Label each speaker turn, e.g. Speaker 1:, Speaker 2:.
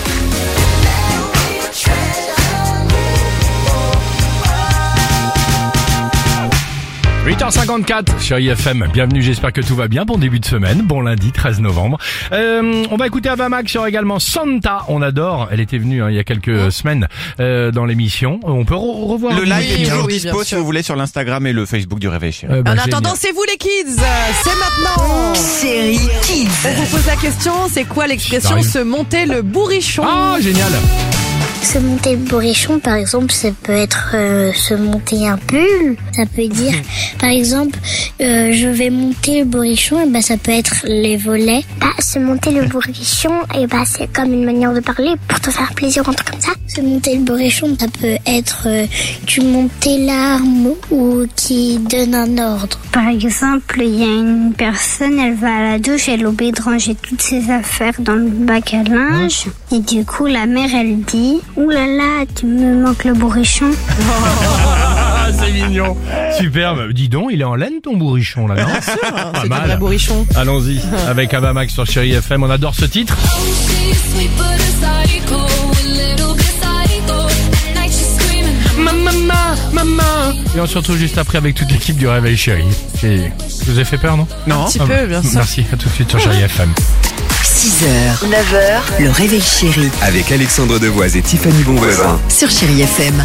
Speaker 1: Allez. 8h54 sur IFM, bienvenue, j'espère que tout va bien, bon début de semaine, bon lundi 13 novembre. Euh, on va écouter Ava Max sur également Santa, on adore, elle était venue hein, il y a quelques
Speaker 2: Oh.
Speaker 1: semaines euh, dans l'émission, on peut re- revoir
Speaker 3: Le live est
Speaker 1: vidéo.
Speaker 3: toujours
Speaker 2: oui, bien
Speaker 3: dispo si
Speaker 2: sûr.
Speaker 3: vous voulez sur l'Instagram et le Facebook du Réveil Chéri.
Speaker 1: Euh, bah,
Speaker 2: En
Speaker 1: génial.
Speaker 2: attendant, c'est vous les kids euh, C'est maintenant
Speaker 4: Série Kids.
Speaker 2: On vous pose la question, c'est quoi l'expression
Speaker 1: J'arrive.
Speaker 2: se monter le bourrichon
Speaker 1: Ah, génial
Speaker 5: Se monter le bourrichon, par exemple, ça peut être euh, se monter un pull. Ça peut dire, par exemple, euh, je vais monter le bourrichon, et ben, ça peut être les volets. Bah, se monter le bourrichon, et bah, c'est comme une manière de parler pour te faire plaisir, un truc comme ça. Se monter le bourrichon, ça peut être euh, tu monter l'arme ou qui donne un ordre.
Speaker 6: Par exemple, il y a une personne, elle va à la douche, elle oublie de ranger toutes ses affaires dans le bac à linge.
Speaker 5: Mmh.
Speaker 6: Et du coup, la mère, elle dit Ouh là là, tu me manques le bourrichon.
Speaker 1: Ah, c'est mignon Superbe, dis donc, il est en laine ton bourrichon là, non
Speaker 2: hein, C'est
Speaker 1: mal.
Speaker 2: comme la bourrichon.
Speaker 1: Allons-y, avec Ava Max sur Chéri FM, on adore ce titre.
Speaker 7: She's sweet but a psycho, a little bit psycho. At night she's screaming.
Speaker 1: Et on se retrouve juste après avec toute l'équipe du Réveil Chéri. Et- Je vous ai fait peur, non
Speaker 3: Non.
Speaker 2: Un petit
Speaker 1: Ah
Speaker 2: peu,
Speaker 1: bah,
Speaker 2: bien sûr.
Speaker 1: Merci, à tout de suite sur Chéri FM.
Speaker 4: 6h, 9h, le réveil chéri
Speaker 8: Avec Alexandre Devoise et Tiffany Bonvoisin.
Speaker 4: sur Chéri FM.